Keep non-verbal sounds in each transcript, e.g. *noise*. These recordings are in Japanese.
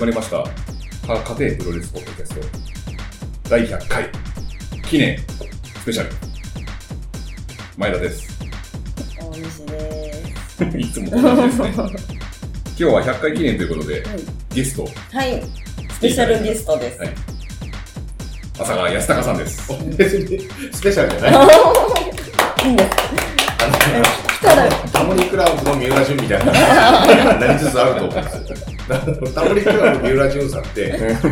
まりました。か家庭プロレスポッドキャスト。第100回。記念。スペシャル。前田です。 *laughs* 大西です。いつも同じですね。 *laughs* 今日は100回記念ということで、ゲスト、はい、スペシャルゲストです。はい浅川康隆さんです。別に *laughs* スペシャル *laughs* じゃない。い、いんです。 *laughs* 来たら、タモリクラブの三浦淳み *laughs* たいな、なりつつあると思うんですよ。タモリクラブの三浦淳さんって、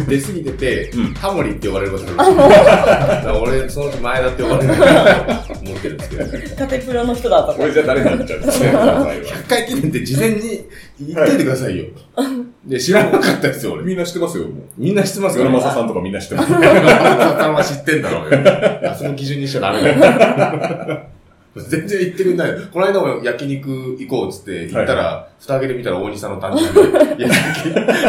出過ぎてて、うんタモリって呼ばれることがあるん *laughs* ですよ。だから俺、そのうち前田って呼ばれるかなと思ってる *laughs* んですけど、100カテプロの人だとこか。れじゃ誰になっちゃうん *laughs* ですね、回記念って事前に言っといてく *laughs* ださいよ。で、知らなかったですよ、俺。みんな知ってますよ、もう。みんな知ってますよ、菅ね。正さんとかみんな知ってます。さんは知ってんだろうよ。その基準にしちゃダメだよ。全然言ってくんない。この間も焼肉行こうっつって行ったら、蓋開けてみたら大西さんの誕生日で、いや、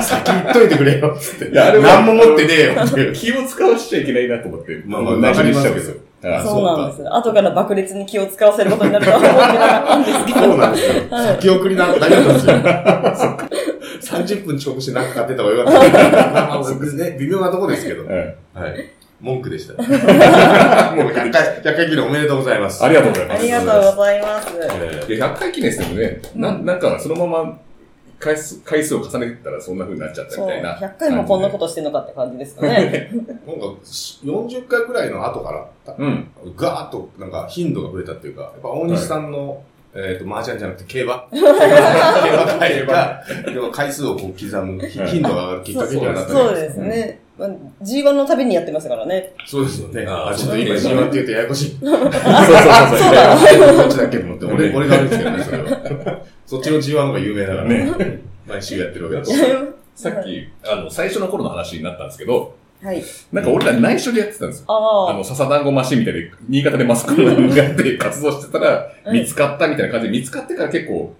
先先行っといてくれよっつって。いやあれは何も持ってねえよってい *laughs* う。気を使わしちゃいけないなと思って。まあまあ内緒にしちゃうんわかでりますすよけ。はいそうなんです。後から爆裂に気を使わせることになると *laughs* は思ってなかったんですけど。そうなんですよ。 *laughs* 先送りなだけなんですよ。30分遅刻して何か買ってた方がよかった。まあまあ僕ね、微妙なとこですけど。はいはい。文句でした。もう100回、100回記念おめでとうございます。ありがとうございあます。りがとうございます。えいや、100回記念してもね、ななんかそのまま回数回数を重ねてったらそんな風になっちゃったそみう、たいな。 100回もこんなことしてんのかって感じですかね。なんか、40回くらいの後から、うん。ガーッと、なんか、頻度が増えたっていうか、やっぱ、大西さんの、えっ、と、麻雀じゃなくて、競 *laughs* 馬競馬会が、でも回数をこう刻む、ひ頻度が上がるきっそかうけにはなったそうす。ですね。まあ G1 のたびにやってましたからね。そうですよね。あーあ、ちょっと今、自慢って言うとややこしい。そうそうそうそう。どっちだっけと思って、俺、俺が悪いんですけどね、それ *laughs* は。そっちの G1 の方が有名だからね。毎週やってるわけだと。さっき、あの、最初の頃の話になったんですけど、はい。なんか俺ら内緒でやってたんですよ。あああの、。笹団子マシンみたいで、新潟でマスコミがやって活動してたら、見つかったみたいな感じで、見つかってから結構、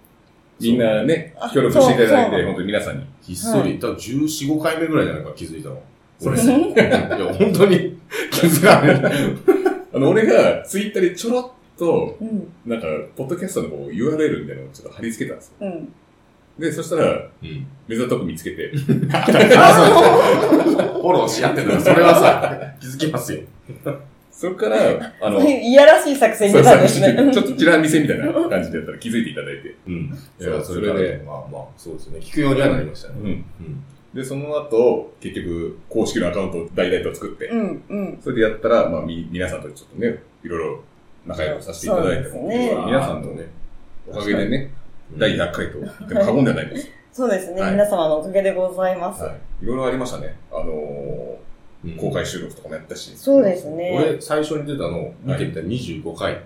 みんなねそう、協力していただいあそて、う本当に皆さんに。ひっそり、多分14、5回目ぐらいじゃないか、気づいたの。そうですうんいや、本当に気づか *laughs* ない。あの、俺がツイッターでちょろっと、うん。なんか、ポッドキャストのこう URL みたいなのをちょっと貼り付けたんですよ。 *laughs* うん。で、そしたら、うん目ざとく見つけて、フォローし合ってたら、それはさ、気づきますよ。それから、あ *laughs* の、そう *laughs* いういやらしい作戦にそう出たんさですね。ちょっとちら見せみたいな感じでやったら気づいていただいて。うん。いそや、うそれかそれら、まあまあ、そうですね。聞くようにはなりましたね。うん。で、その後、結局、公式のアカウントを大々と作って、うん。うん。それでやったら、まあ、み、皆さんとちょっとね、いろいろ仲良くさせていただいてそうも、ですね皆さんのね、おかげでね、第100回と、でも過言ではないです。そうですね。はい皆様のおかげでございま *laughs* す。はい。いろいろありましたね。あのー、公開収録とかもやったし。そうですね。俺、最初に出たの、見てみたら25回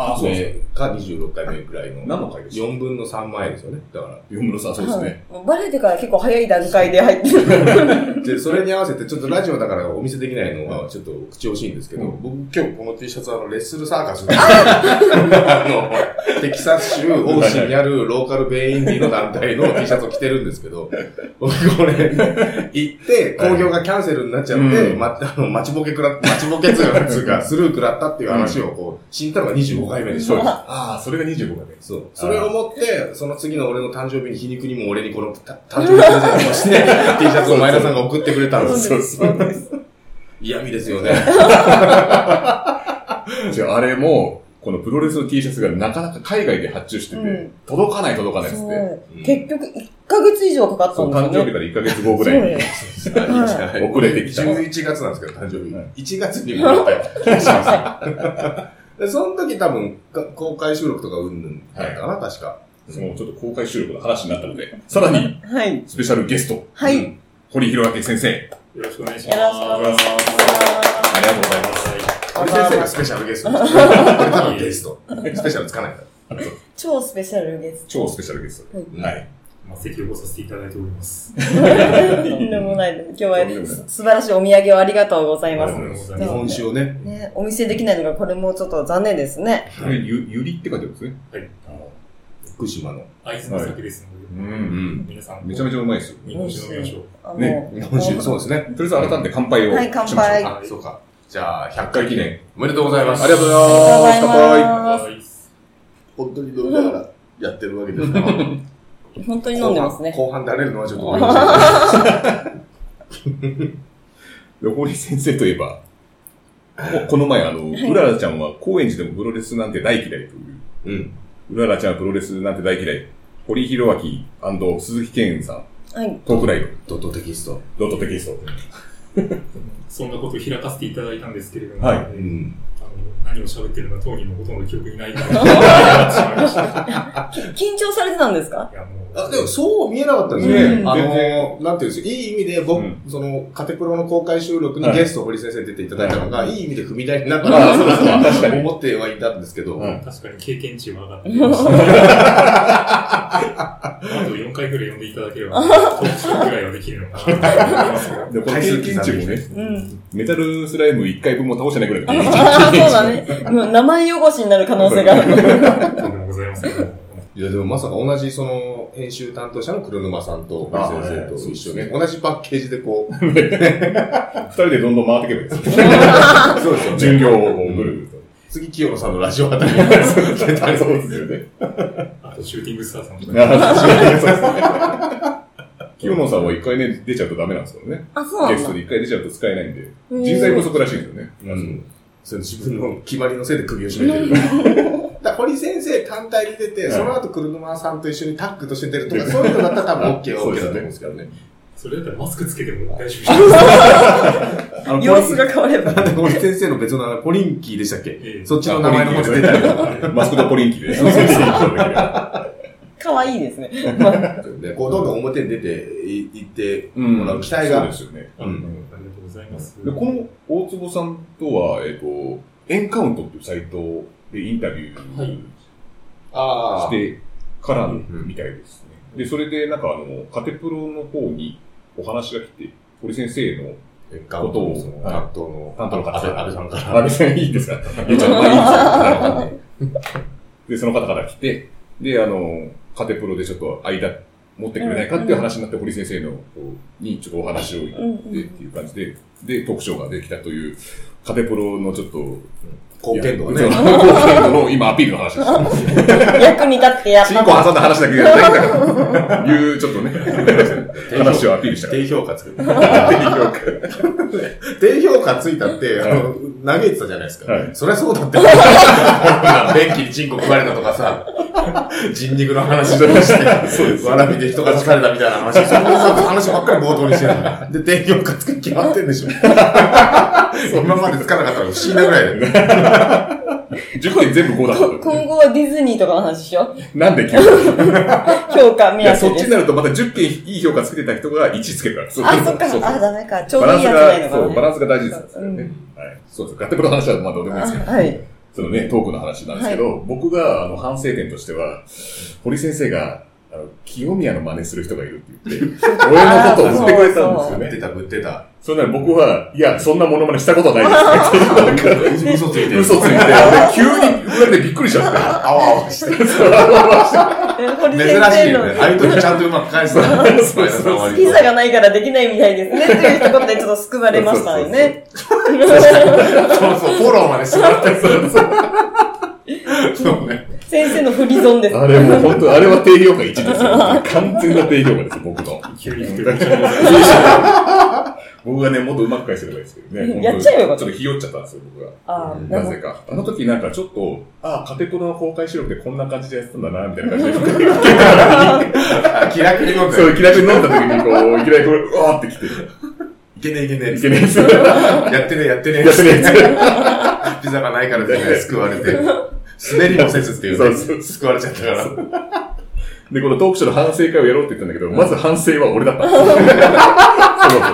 ああ、そうですね。目か26回目くらいの、何の回でした4分の3前ですよね。だか四室さん、そうですね。はい。バレてから結構早い段階で入ってる。ら。で、それに合わせて、ちょっとラジオだからお見せできないのは、ちょっと口惜しいんですけど、うん僕今日この T シャツはあの、レッスルサーカスの、あの、テキサス州オーシンにあるローカルベイインディの団体の T シャツを着てるんですけど、僕これ、行って、興行がキャンセルになっちゃって、うんま、あの、待ちぼけくら、 *laughs* 待ちぼけつうか、つうか、スルーくらったっていう話をこう、死んだのが25回目でしそうょです。。ああ、それが25回目。そう。それを持って、その次の俺の誕生日に皮肉にも俺にこのた誕生日プレゼントを *laughs* して、T シャツを前田さんが送ってくれたんです *laughs* よ。そうそうそうです。嫌味ですよね。じゃあ、あれも、このプロレスの T シャツがなかなか海外で発注してて、うん届かない届かないっつそって。ううん結局、1ヶ月以上かかったそんう、で誕すよね。生日から1ヶ月後ぐそらういに。です。遅れてきた11月なんですけど、誕生日。はい1月にもらったよ。 *laughs* でその時多分、か公開収録とかうんぬんだったかな、確か。そのちょっと公開収録の話になったので、さらに、はい。よスペシャルゲスト、はいうん堀弘明先生、よろしくお願いしろしくお願いしあまりがとうございます。あれ先生がスペシャルゲスト。俺多分ゲス *laughs* ト。スペシャルつかないから。す。超スペシャルゲス超スペシャルゲストで。ははい。ます。席をごさせていただいておりま *laughs* す。ト。とんでもない。今日はとんでもない素晴らしいお土産をありがとうございま。ありがとうございます日本酒をね。ね、お見せできないのがこれもちょっと残念ですね。これ、ゆ、ゆりって書いてあるんですね。はい。福島の。会津の酒ですので、う。うんん。皆さん、めちゃめちちゃうまいですよ。ゃ日本酒飲みましょう。あの、ね日本酒、そうですね。とりあえず改めて乾杯を。はい乾杯しましょうあ、そうか。じゃあ、100 100回回記記念。念。おめでとうございます。ありがとうございます。ありがとうございます乾杯 *laughs* 本当に飲みながらやってるわけですから。本当に飲んでますね。後半で荒れるのはちょっとごめんなさ横堀先生といえば、ここの前、あの、うららちゃんは高円寺でもプロレスなんて大嫌いという、い。うん。うららちゃんはプロレスなんて大嫌い、堀弘明鈴木健さん、はい。トークライブ、ドットテキスト。ドットテキスト。そんなことを開かせていただいたんですけれども、はいあのうん。何を喋ってるのか当人のほとんど記憶にないなと思ってしまいました。緊張されてたんですかいやもうあでもそう見えなかったんですよね。うんあ全然の、なんていうんですか、いい意味で僕、うんその、カテプロの公開収録にはいゲスト堀先生出ていただいたのが、、はいい意味で踏み台になったあそうです *laughs* ねな確かとに思ってはいたんですけど、うん確かに経験値は上がってき *laughs* ました。あと4回ぐらい呼んでいただければ、10ぐらいはできるのかなと思いますけど。で、この経験値もね、うん。メタルスライム1回分も倒してないぐらいのあ経ーそう験だね。もう名前汚しになる可能性がある。とんでもございません。いやでもまさか同じその、編集担当者の黒沼さんとあ堀先生とはい一緒で、同じパッケージでこう、値。二人でどんどん回っていけばいいです。 *laughs* そうですよね巡業をぐるぐると。次、清野さんのラジオあたりに出たりそそうでうですすよよねね。あと、シューティングスターさんとか、清野さんは一回ね、出ちゃうとダメなんですよね。あ、そうなんだ。ゲストで一回出ちゃうと使えないんで、うん人材不足らしいんですよね。うん。その自分の決まりのせいで首を絞めてる。だから堀先生単体に出て、はいその後黒沼さんと一緒にタッグとして出るとか、そういうのだったら多分 OK はそう OK でだすねと思うんですけどね。それだったらマスクつけても大丈夫です。あの様子が変われば。だって堀先生の別の名前、ポリンキーでしたっけ、ええそっちの名前の方で出たりとか。マスクとポリンキで。そうそうそう可愛いですね。まあでこうどんどん表に出ていってうんもらう期待が。そうですよね。あうのあんりがとうございます。で、この大坪さんとは、えっ、と、エンカウントっていうサイトでインタビューあしあ。てからのうんみたいですね。で、それでなんかあの、カテプロの方にお話が来て、堀先生のガウトのその担当の、担当の方安倍安倍さんから。安倍さんいいん *laughs* ですか言っちゃうまあいいんですよ。で、その方から来て、で、あの、カテプロでちょっと間持ってくれないかっていう話になって、堀先生の方にちょっとお話を言うんっうてっんていう感じで、で、特賞ができたという、カテプロのちょっと、貢献度がいやね。そう貢献度の今アピールの話です。役に立 *laughs* ってやっチンたコと。挟んだ話だけじゃないんだから、いうちょっとね、話をアピールしたから。低評価つ *laughs* く。低評価。低評価ついたって、あの、嘆いてたじゃないですか。はいそりゃそう *laughs* だって。便器にチンコ食われたとかさ、人肉の話とかして、そうですわらびで人が刺されたみたいな話、そんな話ばっかり冒頭にしてるのにで、低評価つくに決まってんでし *laughs* ょ。今までつかなかったら不思議なぐらいで。 10個に全部5だったこ *laughs* んだよ今ね。後はディズニーとかの話しよう。なんで急に評価目いや、安そっでちすに。なるとまた10件いい評価つけてた人が1つけるから。そあ、そっそうか。あ、ダメか。ちょうバラどいンスいやつがいが、いのかそなう、バランスが大事ですからね。はい。そうです。ガテプロの話はまあどうでもいいですけど。あはい。そのね、トークの話なんですけど、僕があの反省点としては、堀先生が、あの、清宮の真似する人がいるって言って、俺のことを振ってくれたんですよぶってね。た、ぶってた。それなら僕は、いや、そんなモノマネしたことないですね。嘘ついてる。嘘ついて、俺急に言われてびっくりしちゃって。あわあわして。え堀珍し先い生よのね。ああいう時ちゃんとうまく返すの。そうそうそうピザがないからできないみたいですね。っていう一言でちょっと救われましたよね。そうそう、フォローまでしてもらってそ *laughs* うね。先生の振り損です。あれもう本当、あれは低評価1ですよ。完全な低評価です、僕の。急に来てる。あ僕がね、もっとうまく返せればいいですけどね。やっちゃえばよかったちょっとひよっちゃったんですよ、僕が。あーななるほぜか。あの時なんかちょっと、ああ、カテプロの公開収録でこんな感じでやってたんだな、みたいな感じ *laughs* で。気楽に飲んで。そう、いきなり飲んだ時にこう、いきなりこれ、うわーって来て、いいけねえいけねえ。けねえっす。や *laughs* やってねえやってねえ。ってねえっす。 *laughs* ピザがないからで *laughs* すね、救われて。滑りもせずっていうね。救われちゃったから。で、このトークショーの反省会をやろうって言ったんだけど、まず反省は俺だっ *laughs* た。そうそう。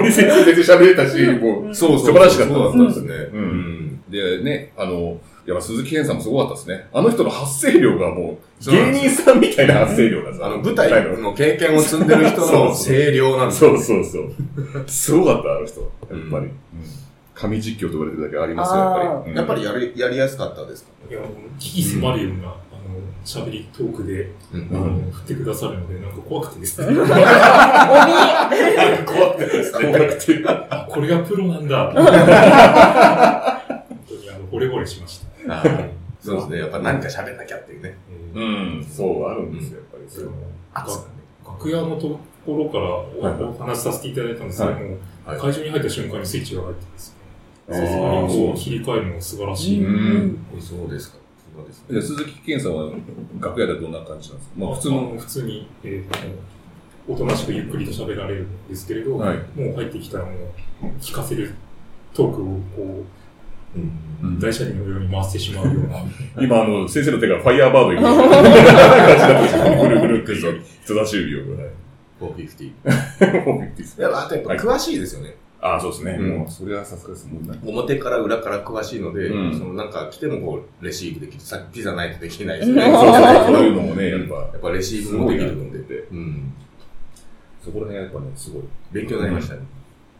堀先生全然喋れたし、もう、素晴らしかったそうだったんですね。ううんん。でね、あの、やっぱ鈴木健さんもすごかったですね。あの人の発声量がもう、そうな芸んです人さんみたいな発声量ださ。あの、舞台の経験を積んでる人の声量なんですよそうそうそう。すごかった、あの人。やっぱり。うん神実況と言われてるだけありますよ、やっぱり。やっぱりやり、やりやすかったですかいや、もう、危機迫るような、あの、喋り、トークで、うあんん。の、振ってくださるので、なんか怖くてですね。 *laughs* 怖くてです *laughs* ね。怖くて。 *laughs* あ、これがプロなんだ。本当に、あの、惚れ惚れしました。そうですね。やっぱ何か喋んなきゃっていうね。えーうん、そう、あるんですよ、やっぱり。ですよ。あそう楽屋のところからはいおお話しさせていただいたんですけども、はい会場に入った瞬間にスイッチが入ってですあね、ーそこにこう切り替えるのが素晴らしい。んそうですか。そうですじゃあ鈴木健さんは楽屋ではどんな感じなんですかまあ普通の。普通に、えー、おとなしくゆっくりと喋られるんですけれど、はいもう入ってきたらもう聞かせるトークをこうんう、大車輪のように回してしまうような、今あの、先生の手がファイヤーバードにな感じだったぐるぐるっていう、人差し指を。はい450。もうびっくりしいたや、あとやっぱ詳しいですよね。ああ、そうですね。うんもう、それはさすがです。問題ない。表から裏から詳しいので、うんそのなんか来てもこう、レシーブできる。さピザないとできないでそすうよね。いうのもね、やっぱや、っぱレシーすブもごでいきなとる思のってで。て、うん。そこら辺はやっぱね、すごい。勉強になりましたね。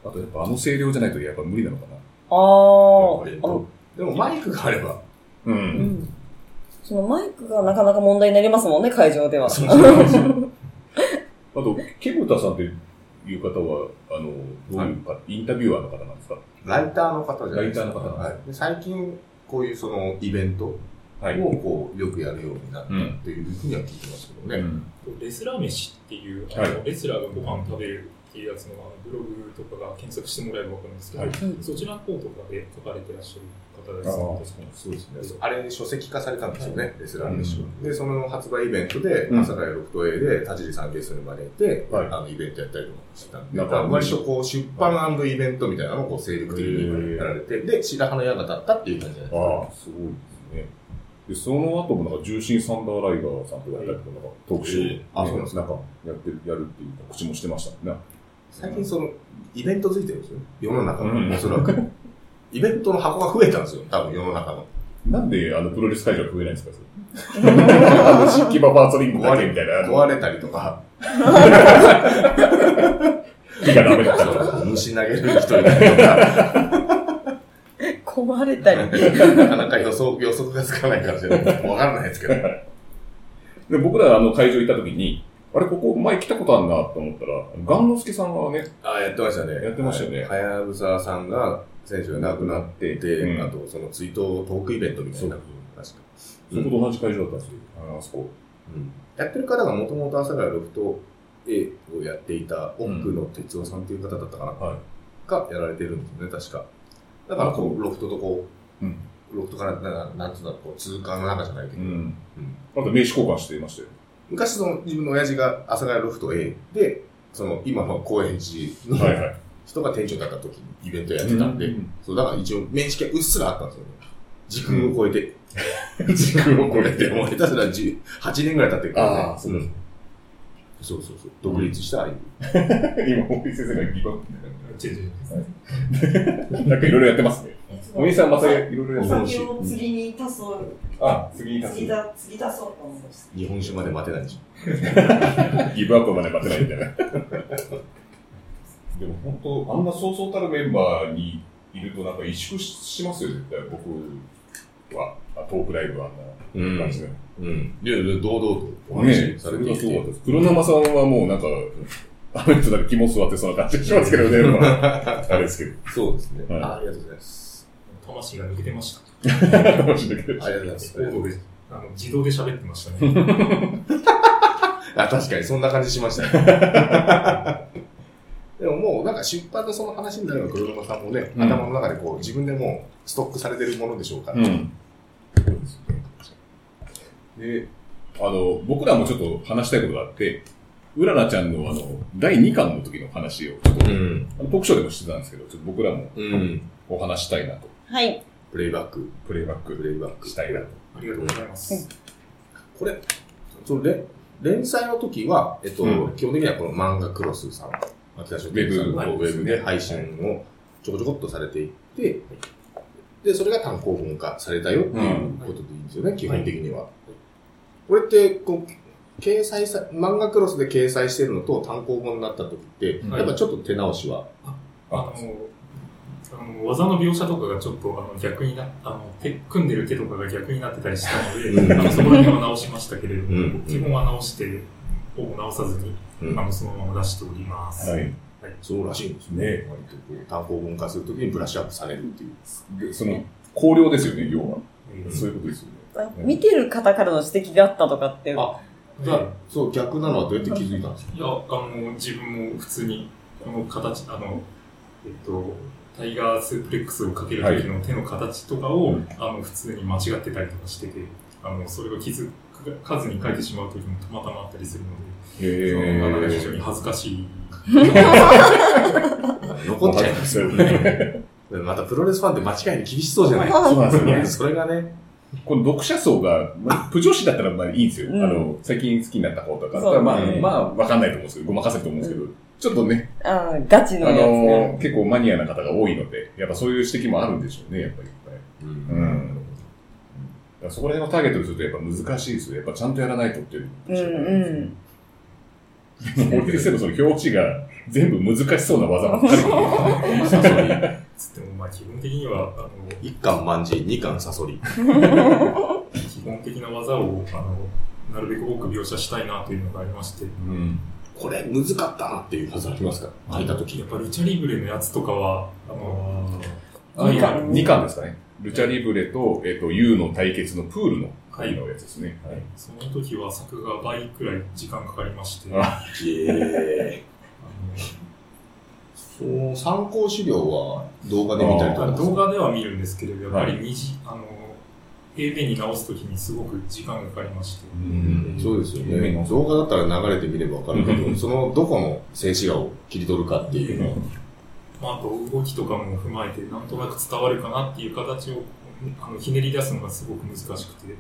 あとやっぱあの声量じゃないとやっぱ無理なのかな。あーあやっぱりの、でもマイクがあれば。う。うんん。そのマイクがなかなか問題になりますもんね、会場では。そうそうそうあと、ケムタさんっていう方は、あの、どういうか、インタビュアーの方なんですかライターの方じゃないですか。ライターの方はい。で最近、こういうそのイベントをはい。こう、よくやるようになったっていうふうには聞いてますけどね。レスラー飯っていう、あはいのレスラーがご飯食べるっていうやつのあのブログとかが検索してもらえばわかるんですけど、はいうんそちらの方とかで書かれてらっしゃる方あであすの、そうですね。あれ、書籍化されたんですよね、レスラーメッシュはうで、その発売イベントで、うん朝からロフト A で、田尻さんゲストに招いて、はいあの、イベントやったりとかしてたんで、なんか割とこう、出版イベントみたいなのをこう精力的にやられて、で、白羽の矢が立ったっていう感じじゃないですか。ああ、すごいですね。で、その後もなんか、重心サンダーライガーさんとやったりとか、なんか、特集、ええあそうなんですかなんか、やってる、やるっていう告知もしてましたね。最近その、イベントついてるんですよね。世の中うんの、おそらく。イベントの箱が増えたんですよ、多分世の中の。なんで、あの、プロレス会場は増えないんですかそ *laughs* れあの、新規ババーツリングだけみたいな、あの壊れたりとか、木がダメだったから。 *laughs* 虫投げる人いたりとか。壊れたり。 *laughs* なかなか予想、予測がつかないからじゃないわかんないですけど。で、僕ら、あの、会場行った時に、あれ、ここ前来たことあるなと思ったら、ガンノスケさんがね、ああ、やってましたね。やってましたよねはやぶささんが、選手が亡くなってて、うんあと、その追悼トークイベントみたいな。確か。そこと同じ会場だったんですよ。あのあそこ。うんやってる方がもともと朝からロフト A をやっていた奥野哲夫さんという方だったかな、はい。がやられてるんですよね、確か。だから、こう、ロフトとこうん。う、ロフトから、ななんつうんだろう、こう、通過の中じゃないけうど、ん。うんあと名刺交換してましたよ。昔その自分の親父が朝からロフト A で、その今の高円寺のはいはい。人が店長だった時にイベントやってたんで、うんそう、だから一応面識がうっすらあったんですよね。時空を超えて。 *laughs* 時空を超えて、もう下手すら10 8年ぐらい経ってるからね。ああそうですんそうそうそう。独立したああいう。今、森井先生が疑惑みたいチェンジですな。なんかいろいろやってますね。お兄さんまたいろいろやおってます酒を次に足そう。あ、次に次立つ。だ、次出そうと思いました。日本酒まで待てないでしょ。ギブアップまで待てないみたいな。でも本当、あんなそうそうたるメンバーにいるとなんか萎縮しますよ、絶対。僕は、あトークライブはあんな感じで。うん。で、で堂々とおね話え、しそされれがてすいごかってた。です。黒生さんはもうなんか、あの人だけ肝座ってそうな感じしますけどね、まあ、あれですけど。 *laughs* そうですね、はいあ。ありがとうございます。魂が抜けてました。楽しんでくれありがとうございますオ。ードであの自動で喋ってまし *laughs* たね。あ、確かにそんな感じしましたね。 *laughs* でももうなんか出版のその話になれば黒沼さんもね、うん頭の中でこう自分でもうストックされてるものでしょうから。うん。で、あの、僕らもちょっと話したいことがあって、うららちゃんのあの、第2巻の時の話を、うん。あのトークショーでもしてたんですけど、ちょっと僕らもうん。お話したいなと、はい。プレイバック。プレイバックプレイバック。したいなと。ありがとうございます。これ、そのれ連載の時は、えっと、うん基本的にはこの漫画クロスさん、秋田書店さんのウェブウェブで配信をちょこちょこっとされていって、で、それが単行本化されたよっていうことでいいんですよね、基本的には。これって、こう、掲載さ、漫画クロスで掲載してるのと単行本になった時って、うんやっぱちょっと手直しは、あのあの技の描写とかがちょっとあの逆になあの手組んでる手とかが逆になってたりしたのうんで、あのそこら辺は直しましたけれども、うん基本は直して、ほぼ直さずに、うんあのそのまま出しております。はい。そうらしいんですよね割とこう単行本化するときにブラッシュアップされるっていう。で、その、考慮ですよね、要は。えーそういうことですよね。見てる方からの指摘があったとかって、あじゃあそう、逆なのはどうやって気づいたん *laughs* ですかいや、あの、自分も普通に、この形、あの、えっと、タイガースープレックスをかける時の手の形とかを、あの、普通に間違ってたりとかしてて、あの、それが気づく数に書いてしまう時もたまたまあったりするのへで、その、なんか非ー常に恥ずかしい。残っちゃいますよね。 *laughs* またプロレスファンって間違いに厳しそうじゃないそうなんですよね。それがね、 *laughs* この読者層が、まあ、不女子だったらまあいいんですよ。うんあの、最近好きになった方とか、そうまあ、うんまあ、わかんないと思うんですけど、ごまかせると思うんですけど、ちょっとね、あーガチあのやの、結構マニアな方が多いので、やっぱそういう指摘もあるんでしょうね、やっぱりいっぱい。うん。だからそこら辺のターゲットにするとやっぱ難しいですよ。やっぱちゃんとやらないとっていう。つね。 *laughs* うん *laughs* 森先生のその表紙が全部難しそうな技ばっかり。 *laughs* サソリ。つっても、まあ、基本的には、あの、一巻万事、二巻サソリ。基本的な技を、あの、なるべく多く描写したいなというのがありまして、うん。これ、難かったなっていう技ありますか書いたときやっ。ぱルチャリブレのやつとかは、あの、あ二今巻2巻ですかね。ルチャリブレと、えっ、と、ユーの対決のプールのはい回のやつですね。はい。その時は作画倍くらい時間かかりまして、あえその参考資料は動画で見たりあとのか。動画では見るんですけれど、やっぱりは二次、あの、平面に直す時にすごく時間がかかりまして、うんそうですようんね。動画だったら流れてみればわかるけうど、んそのどこの静止画を切り取るかっていうのは。まあ、あと動きとかも踏まえて、なんとなく伝わるかなっていう形を、あのひねり出すのがすごく難しくて、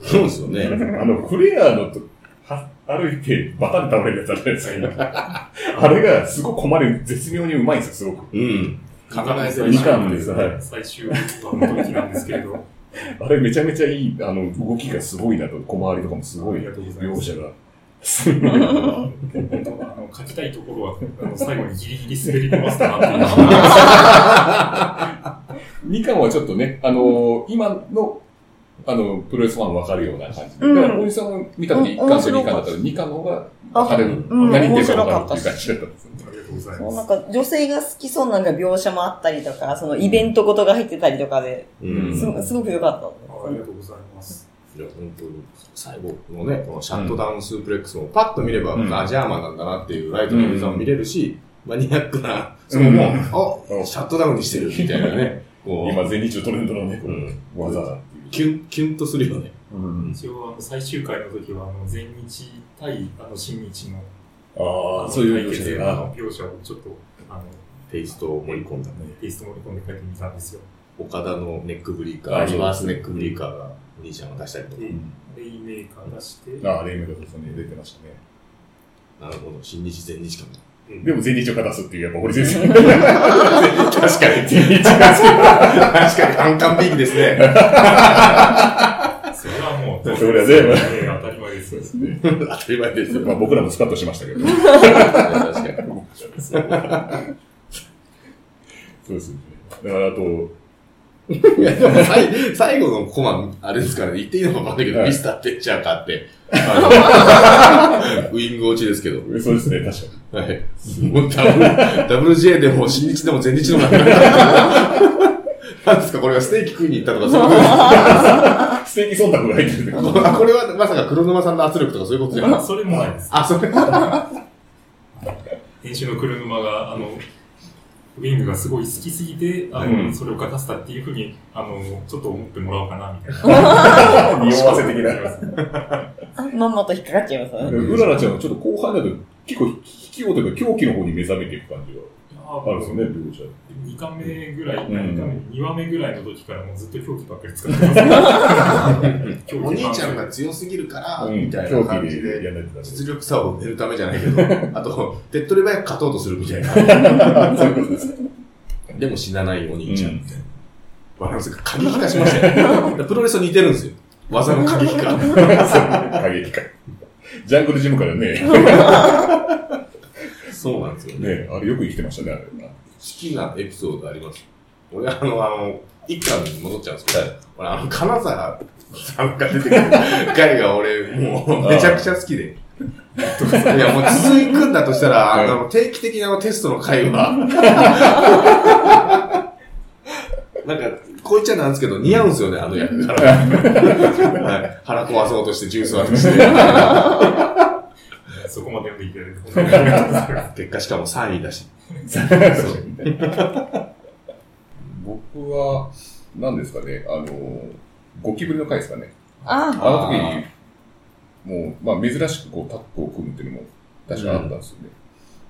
そうですよね。あの、フレアのと、は、歩いて、バタン倒れるやつあるじゃないですか。あれが、すごく困る、絶妙にうまいんですよ、すごく。うん。書かないみかんですはい最終話の時なんですけれど、あれめちゃめちゃいい、あの、動きがすごいなと、小回りとかもすごい、ありがとうございま描す写が。 *laughs* すごいなと本当あの書きたいところはあの最後にギリギリ滑り込ませたなっていうのがみかんはちょっとね、あの、今の、あの、プロレスファン分かるような感じで。うんだから、大西さんも見た時、1う巻と2ん面白巻かだっったたら、2巻の方があ分かれる。うん何言ってるか分かるっていう感じだったんですよね。ありがとうございそうまなんす。か女性が好きそうななんか描写もあったりとか、そのイベントごとが入ってたりとかで、うん。すごすごく良かったあありがとうございます。いや、本当に。最後のね、このシャットダウンスープレックスも、パッと見れば、うんあ、ジャーマンなんだなっていうライトの映像も見れるし、マニアックな、そのもう、うんあ、シャットダウンにしてるみたいなね。こう、今、全日中トレンドのねう、ん、技だ。キュン、キュンとするよね。うん。一応あの最終回の時はあの前日対あの新日のあのあ、そういう対描決写でだなの。描写をちょっとあのテイストを盛り込んだね。テイスト盛り込んで書いてみたんですよ。岡田のネックブリーカあー、そうリバースネックブリーカーが、お兄ちゃんが出したりとか。でレイメーカー出して、ああ、レイメイクですね、出てましたね。なるほど、新日全日かも。でも、全日を勝たすっていう、やっぱ、堀先 *laughs* 生。確かに、 *laughs* 全日が好き確かに、カンカンビーキですね。それはも *laughs* う、それはねえ *laughs* え当たり前ですよ。ですね。 *laughs* 当たり前ですよ。まあ、僕らもスカッとしましたけど。そ確かに。うですね。だから、あと、いや、でも最、最後のコマ、あれですからね、言っていいのかわかんないけど、はいミスター・テッチャーかって、あのウィング落ちですけど、そうですね、確かに。はい。もうダブル、ダブル J でも、新日でも前日でもなくなった。なんですか、これがステーキ食いに行ったとか、そういう *laughs* こステーキ忖度が入ってるんだけど。とあこれはまさか黒沼さんの圧力とかそういうことじゃないそれもないです。あ、それ。編集の車が、あの、ウィングがすごい好きすぎて、あうの、んそれを書かせたっていうふうに、あの、ちょっと思ってもらおうかな、みたいな。 *laughs* 匂わせ的な。ね。まんまと引っかかっちゃいますね。うららちゃんはちょっと後半だと、結構、引きようというか、狂気の方に目覚めていく感じがあるんですよね、両者。 2巻目ぐらい、うん2話目ぐらいの時からもうずっと狂気ばっかり使ってます。狂 *laughs* *laughs* 気お兄ちゃんが強すぎるから、うんみたいな感じ狂気でやで、んないとダメです実力差を埋めるためじゃないけど、あと、手っ取り早く勝とうとするみたいな。そういうことです。でも死なないお兄ちゃんみたいな。バランスが過激化しましたよね。プロレスと似てるんですよ。技の過激化。過激か。ジャングルジムからね、そうなんですよね。ね、あれよく生きてましたね、あれ。好きなエピソードあります俺、あの、あの、一巻に戻っちゃうんですけど、俺、あの、金沢さんが出てくる回が俺、もう、めちゃくちゃ好きで。いや、もう続くんだとしたら、あの、定期的なあのテストの回は、なんか、こいちゃなんですけど、似合うんですよね、あの役柄。はい腹壊そうとして、ジュース割ってして。そこまで読んでいただいて本当にありがとうございます。結果しかも3位だし。僕は、何ですかね、あの、ゴキブリの回ですかね。ああの時に、もう、まあ珍しくこうタッグを組むっていうのも確かあったんですよね。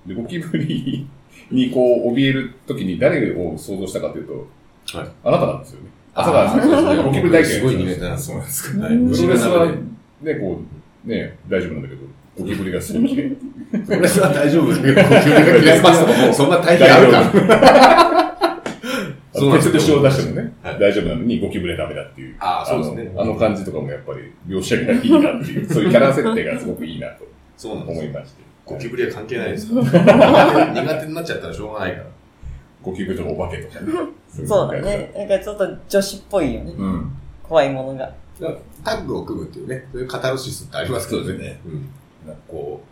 で、ゴキブリにこう、怯える時に誰を想像したかというと、はいあなたなんですよね。朝からさんですねゴキブリ大嫌いすごい苦手なんですそうよ。なんですか。はいププロレロレススはは、ね、こう、ね、大丈夫なんだけど、ゴキブリがすごい嫌い。プロレスは大丈夫だけど、呼吸が切れますとか、もうそんな大変あるか。 *laughs* そうなんですよ鉄を出してもね、はい大丈夫なのにゴキブレダメだっていう。ああそうですねあのあの感じとかもやっぱり描写がいいなって *laughs* いう、そういうキャラ設定がすごくいいなとそうなんです思よいまして。ゴキブリは関係ないですよ。苦手になっちゃったらしょうがないから。ゴキブリとかお化けとかね。あ、そうだね。。なんかちょっと女子っぽいよね。うん。怖いものが。タッグを組むっていうね、そういうカタルシスってありますけどね。うんなんかこ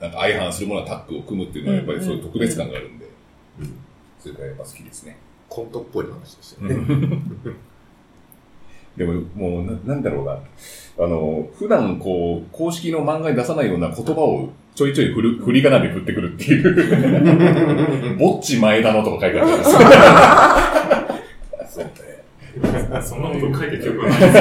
う、なんか相反するものはタッグを組むっていうのはやっぱりそういう特別感があるんで、うんそれからやっぱ好きですね。コントっぽい話でしたようね。んでも、もうな、なんだろうな。あの、普段こう、公式の漫画に出さないような言葉をちょいちょい振る、振り仮名で振ってくるっていう。ぼっち前田のとか書いてあるんですよ。そうね。そんなこと書いた記憶はないです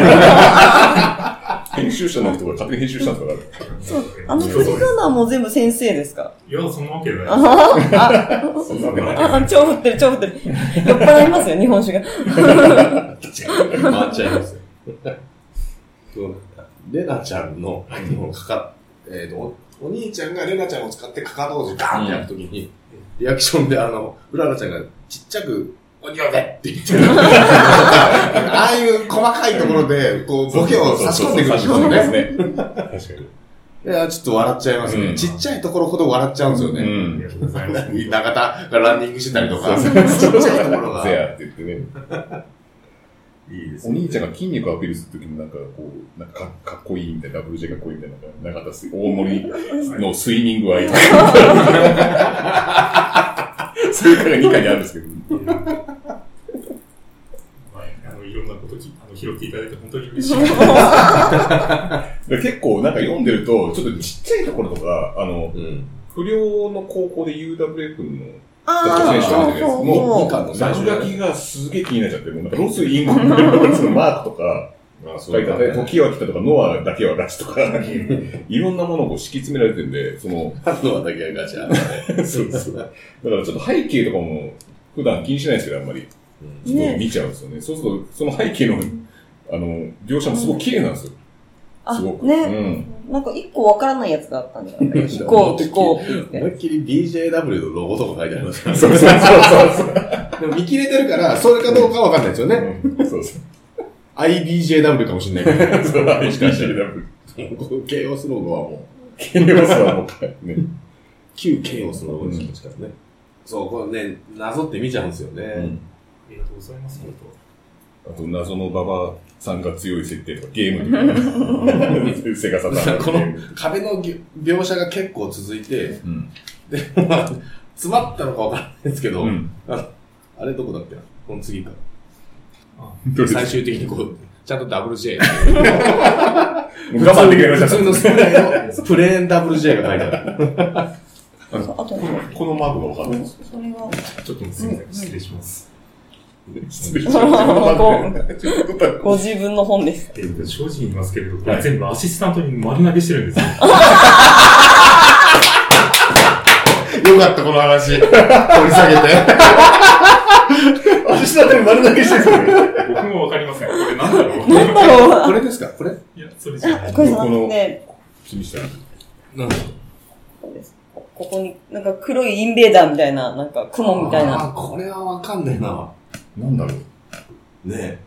編集者の人が勝手に編集したんですかそうあの振り仮名も全部先生ですかいや、そんなわけない。ああ、ら。そんなわけないあ、超振ってる、超振ってる。酔っ払いますよ、日本酒が。回っちゃいます *laughs* よ。そうなんだレナちゃんの、あの、かか、えっ、と、おお兄ちゃんがレナちゃんを使ってかかとをガーンってやるときに、リアクションであの、うららちゃんがちっちゃく、おにおべって言っ *laughs* てる。なんかああいう細かいところで、こう、ボケを差し込んでくるんですよね。ね。確かに。いや、ちょっと笑っちゃいますね。うんちっちゃいところほど笑っちゃうんですようね。ありんが。とうございます。中田がランニングしてたりとか、ちそっうちゃいとこ *laughs* ろが。せいやって言ってね。いですおね。兄ちゃんが筋肉をアピールするときもなんかこう、なんかかかっこいいみたいな、ダブル J かっこいいみたいな、なんかった大森のスイミングアイそれから2回にあるんですけど。はいあの、いろんなこときあの拾っていただいて本当に嬉しい。で結構なんか読んでると、ちょっとちっちゃいところとか、あの、うん。不良の高校で UWF のああ、そうそうそう。もうあの落書きがすげえ気になっちゃって、もうなんかロスインゴットのやつのマークとか、あ、書いてあって、時は来たとか、ノアだけはラチとか、いろんなものをこう敷き詰められてるんで、その、あとはだけがじゃ *laughs* そうそう。だからちょっと背景とかも、普段気にしないですけど、あんまり。あ。こねう見ちゃうんですよね。そうすると、その背景の、あの、描写もすごく綺麗なんですよ。あすご、く。ね。うん。なんか一個わからないやつがあったんだよね。飛行、飛行って言って。思いっきり BJW のロゴとか書いてありますからそうそうそうでも見切れてるから、それかどうかわかんないですよそう。ね。うんそうそう。 IBJW かもしれないけど。そう、もしかして、この k オスロゴはもう、ケンロスはもう、ね。旧 k オスロゴにしかね。そう、これね、なぞって見ちゃうんですよね。ありがとうございます。本あと、謎の馬場さんが強い設定とか、ゲームとか、セガサターンこののゲーム。壁のぎ描写が結構続いて、うん。まあ詰まったのかわかんないですけど、うん。あれどこだっけなこの次か。どれ最終的にこう、ちゃんと WJ。もう我慢できなくなっちゃ普通っのスプレーの、 *laughs* プレーン WJ が書いてある。そうあと、た。このマークが分かんないです。それが、当ちょっとすみません。失礼します。失礼しました。このマーク。ちょっと待ってご自分の本です。で正直言いますけれど、これ全部アシスタントに丸投げしてるんですよ。よかった、この話。掘り下げて。私だって丸投げしてるんですよね。 *laughs* 僕もわかりません。これなんだろう。なんだろうこれですかこれいや、それじゃない。これじゃなくて、気にしたら。なんだここですこここに、なんか黒いインベーダーみたいな、なんか雲みたい *laughs* な。あー、これはわかんねえな。なんだろう。ね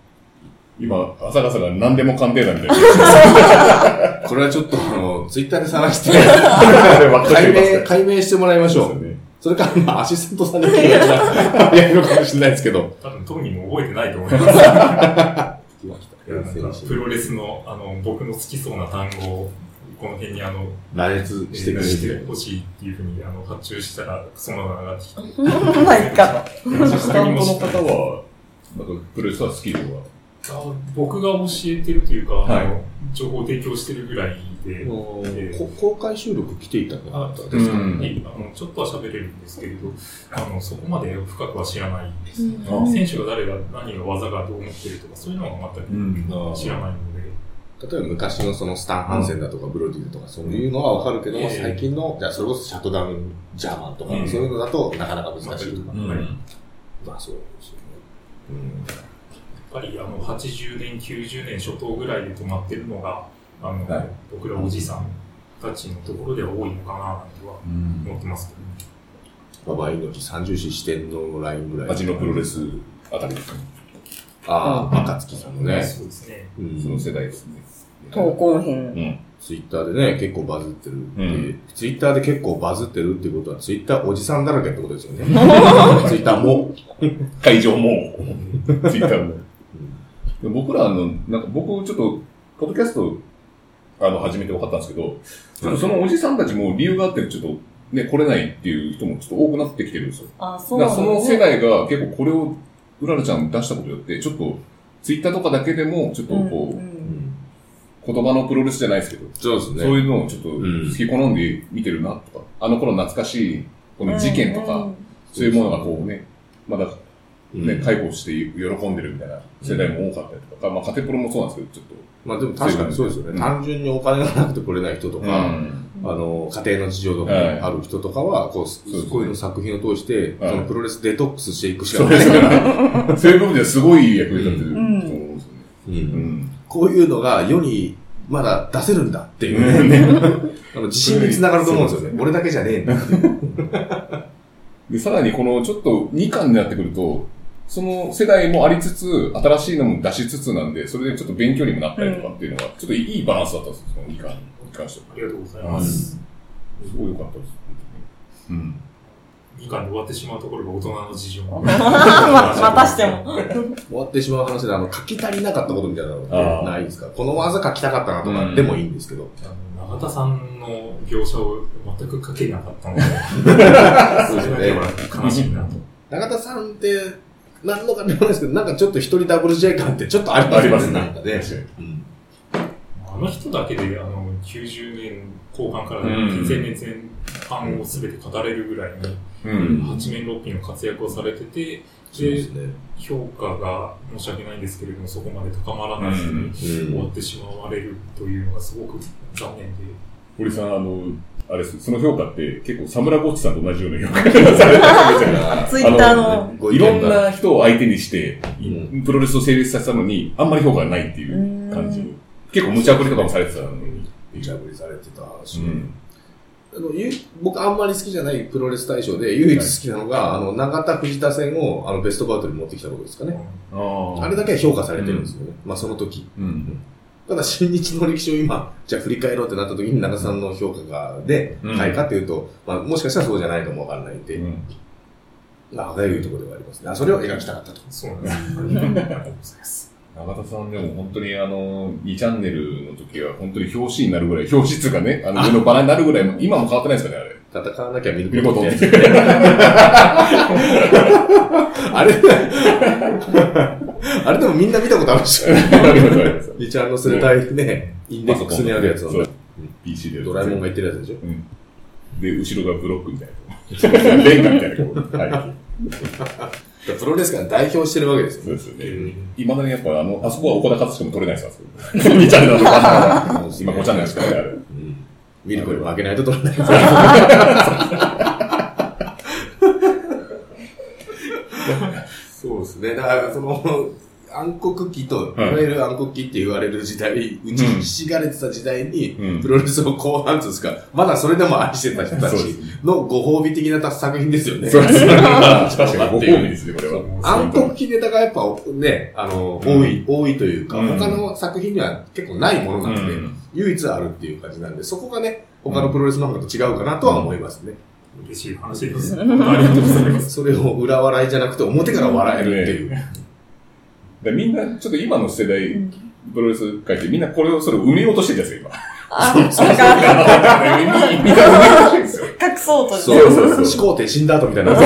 今、朝笠が何でも鑑定団みたいな。え。これはちょっと、あの、ツイッターで探して、わか解ります明、解明してもらいましょう。それから、まあ、アシスタントさんに聞いたら、やるのかもしれないですけど。多分当人も覚えてないと思い *laughs* ます。いやなんかプロレスの、あの、僕の好きそうな単語を、この辺にあの、羅列えーしてくれしてて。ほしいっていうふうに、あの、発注したら、そのまま上がってきて。なんか、アシスタントの方は、なんか、プロレスはスキルは。あ僕が教えてるというか、はいあの情報を提供してるぐらいで、えーこ公開収録来ていただあったんですうか、んはいあのちょっとは喋れるんですけれどあの、そこまで深くは知らないんです、うんあ選手が誰が何が技がどう思ってるとか、そういうのは全んく知らないので、例えば昔のそのスタン・ハンセンだとかブロディだとかそういうのはわかるけども、ええ最近の、じゃあそれこそシャトダウン・ジャーマンとか、うんそういうのだとなかなか難しいとか。うんはいまあそうですよね。やっぱりあの80年、90年初頭ぐらいで止まってるのが、あのはい僕らおじさんたちのところでは多いのかななんては思ってますけど、うん。馬場猪木三十四四天王のラインぐらい。味のプロレスあたりですね。ああ、暁さんのね。そうですね。うそのん。世代ですね。闘魂う編。ん。ツイッターでね、結構バズってるって、うツイッターで結構バズってるってことは、ツイッターおじさんだらけってことです *laughs* よね。ツイッターも。会場も、ツイッターも。で僕らあの、なんか僕ちょっと、ポッドキャスト、あの、始めて分かったんですけど、ちょっとそのおじさんたちも理由があって、ちょっと、ね、来れないっていう人もちょっと多くなってきてるんですよ。あ、そだうかなんらだその世代が結構これを、うららちゃん出したことによって、ちょっと、ツイッターとかだけでも、ちょっとこう、うんうん言葉のプロレスじゃないですけど、そうですね。そういうのをちょっとん好き好んで見てるなとか、あの頃懐かしい、この事件とか、うんそういうものがこうね、まだうんね、解放して喜んでるみたいな世代も多かったりとか、まあ、カテプロもそうなんですけど、ちょっまあでも確かにそうですよね。うん単純にお金がなくて来れない人とと。か、 *laughs* あの、家庭の事情とかはいある人とかは、こう、すそうですねこういうの作品を通して、はいそのプロレスデトックスしていくしそかうなでい。すね。そういう部分ではすごい役に立ってるとうん思うんですよね。ううんん。こういうのが世にまだ出せるんだっていうね、 *laughs* あの自信につながると思うんですよね。俺だけじゃねえんだ。で、さらにこのちょっと2巻になってくると、その世代もありつつ、新しいのも出しつつなんで、それでちょっと勉強にもなったりとかっていうのは、ちょっといいバランスだったんですよ、その2巻に関しては。ありがとうございます。すごい良かったです。うん。 2巻で終わってしまうところが大人の事情。ま *laughs* またしても。終わってしまう話で、あの、書き足りなかったことみたいなのってあーないですかこの技書きたかったなとうかんでもいいんですけど。あの永田さんの描写を全く書けなかったので、そうですそよれでね。は悲しいなと。永田さんって、何のかでもないですけど、なんかちょっと一人ダブル J 感ってちょっとありますよね。なんかね。うんあの人だけで、あの、90年後半からうん前年前半を全て語れるぐらいうに、ん。八面六臂の活躍をされてて、そうで、ですね。評価が申し訳ないんですけれども、そこまで高まらずうんに終わってしまわれるというのがすごく残念で、堀さん、あの、あれです、その評価って結構、サムラゴッチさんと同じような評価がされたんですよ *laughs* ね。ツイッターの。ごい意見ろんがな人を相手にして、うプロレスを成立させたのに、あんまり評価がないっていう感じう。結構無茶ぶりとかもされてたのに。無茶ぶりされてた話、うんあのゆ僕あんまり好きじゃないプロレス大賞で唯一好きなのが、あの永田藤田戦をあのベストバウトに持ってきたことですかね、あれだけは評価されてるんですよね、まあその時うん。ただ新日の歴史を今じゃあ振り返ろうってなった時に長田さんの評価がでうん高いかっていうと、まあ、もしかしたらそうじゃないかもわからないんで、うんまあ歯がゆいところではありますねあそれを描きたかったとそうなんです。ありがとうございます。永田さんでも本当にあの、2チャンネルの時は本当に表紙になるぐらい、表紙っつうかね、あの、上のバラになるぐらい、今も変わってないですかね、あれ。戦わなきゃ見見るるここととっねて。あれ *laughs* あれでもみんな見たことあるでしょ *laughs* リチャードスレタイね、インデックスにあるやつそのう。PC で。ドラえもんが言ってるやつでしょで、後ろがブロックみたいな。レンガみたいなこう。はい。だからプロレス界を代表してるわけですよ。そうですよね。うんいまだにやっぱあの、あそこは岡田和志も取れない人なんですよ。2チャンネルのとこ *laughs* あるから今5チャンネルしかない、あれ。うんミルコに負けないと取れない。そうですね。だから、その、暗黒期と、いはいわゆる暗黒期って言われる時代、打ちひしがれてた時代に、うんプロレスを後半ですか、まだそれでも愛してた人たちそうですのご褒美的な作品ですよね。そう *laughs* ですね。確かにご褒美ですね、これ *laughs* は。暗黒期ネタがやっぱね、あの、うん多い、多いというか、うん他の作品には結構ないものなんで、うん唯一あるっていう感じなんで、そこがね、他のプロレスの方と違うかなとは思いますね。嬉しい話です。 *laughs* ありがとうございます。それを裏笑いじゃなくて表から笑えるっていう。でみんな、ちょっと今の世代ん、プロレス界ってみんなこれを、それを埋めようとしてるじゃないですか、あ、なんか、今。みんな埋めようとしてるんですよ。隠そうとしてそうそうそう思考停死んだ後みたいな。ず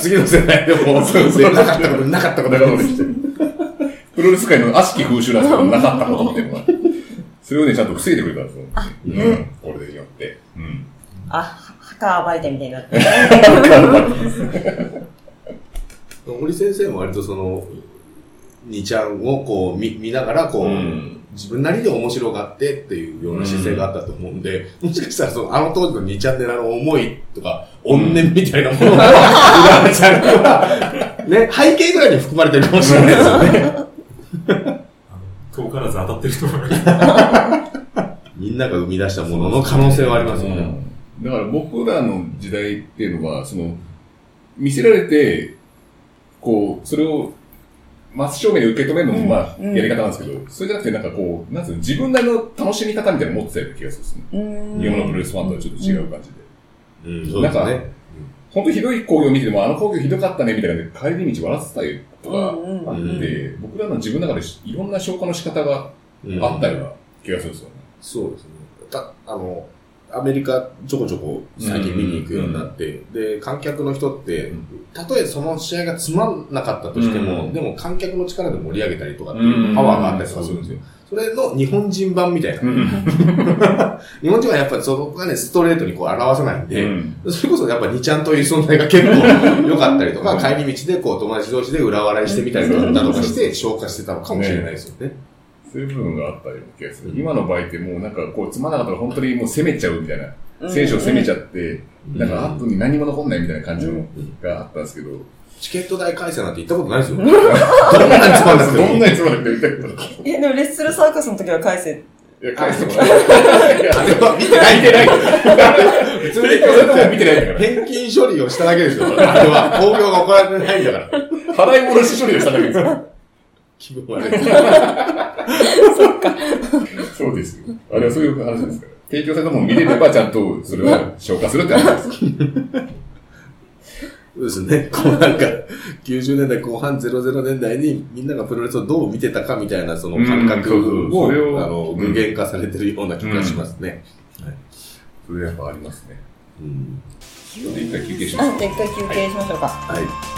次の世代でも、そう *laughs* *laughs* そうなかったこと、なかったこと、なかったことしてる。プロレス界の悪しき風習なんですけど、なかったことっていうのは。それをね、ちゃんと防いでくれたんですよ。うん。これでによって。うん。あ、墓暴いてみたいになって。 *laughs* 森先生も割とその、にちゃんをこう見見ながらこう、うん自分なりで面白がってっていうような姿勢があったと思うんで、もしかしたらそのあの当時のにちゃんでのあの思いとか、怨念みたいなものが、 *laughs* うらちゃんには、ね、背景ぐらいに含まれてるかもしれないですよね。あの遠からず当たってると思います。みんなが生み出したものの可能性はありますよね。だから僕らの時代っていうのは、その、見せられて、こう、それを真正面で受け止めるのも、まあ、うんやり方なんですけど、それじゃなくて、なんかこう、なんつうの、自分なりの楽しみ方みたいなの持ってたような気がするんですね。うーん。日本のプロレスファンとはちょっと違う感じで。うん、そうですね。本当ひどい興行見てても、あの興行ひどかったね、みたいな感じで帰り道笑ってたりとかうんあうっんうんて、僕らの自分の中でいろんな消化の仕方がうんあったような気がするんですよね。そうですね。た、あの、アメリカちょこちょこ最近見に行くようになって、で、観客の人ってうん、たとえその試合がつまんなかったとしても、うんでも観客の力で盛り上げたりとかってういんうパワーがあったりとかするんですよ。それの日本人版みたいな。日本人はやっぱりそこがね、ストレートにこう表せないんで、うんそれこそやっぱ2ちゃんという存在が結構良かったりとか、帰り道でこう友達同士で裏笑いしてみたりとかだとかして消化してたのかもしれないですよね。そういう部分があったような気がする。今の場合ってもうなんかこう、つまんなかったら本当にもう攻めちゃうみたいな。選手を攻めちゃって、なんか後に何も残んないみたいな感じのがあったんですけど、チケット代返せなんて言ったことないです *laughs* よ。どんなにつまんなくても。どんなにつまんなくても言いたいこえ、でもレッスルサーカスの時は返せ。と。いや、返してもらえない。いや、あれは見てない見てない。 *laughs* 普そ通れにとも見てないんだか返金処理をしただけですよ。あれは、工業が行われてないんだから。ら。払い戻し処理をしただけですよ。気分悪い。はそうですよ。あれはそういう話ですから。提供されたものを見れればちゃんとそれは消化するって話です。そうですね。こうなんか、90年代後半、00年代にみんながプロレスをどう見てたかみたいなその感覚うんそうそうそを、れをあの、具現化されてるような気がしますね。それやっぱありますね。うんちょっと一回休憩しまあす、かじゃあ一回休憩しましょうか。はい。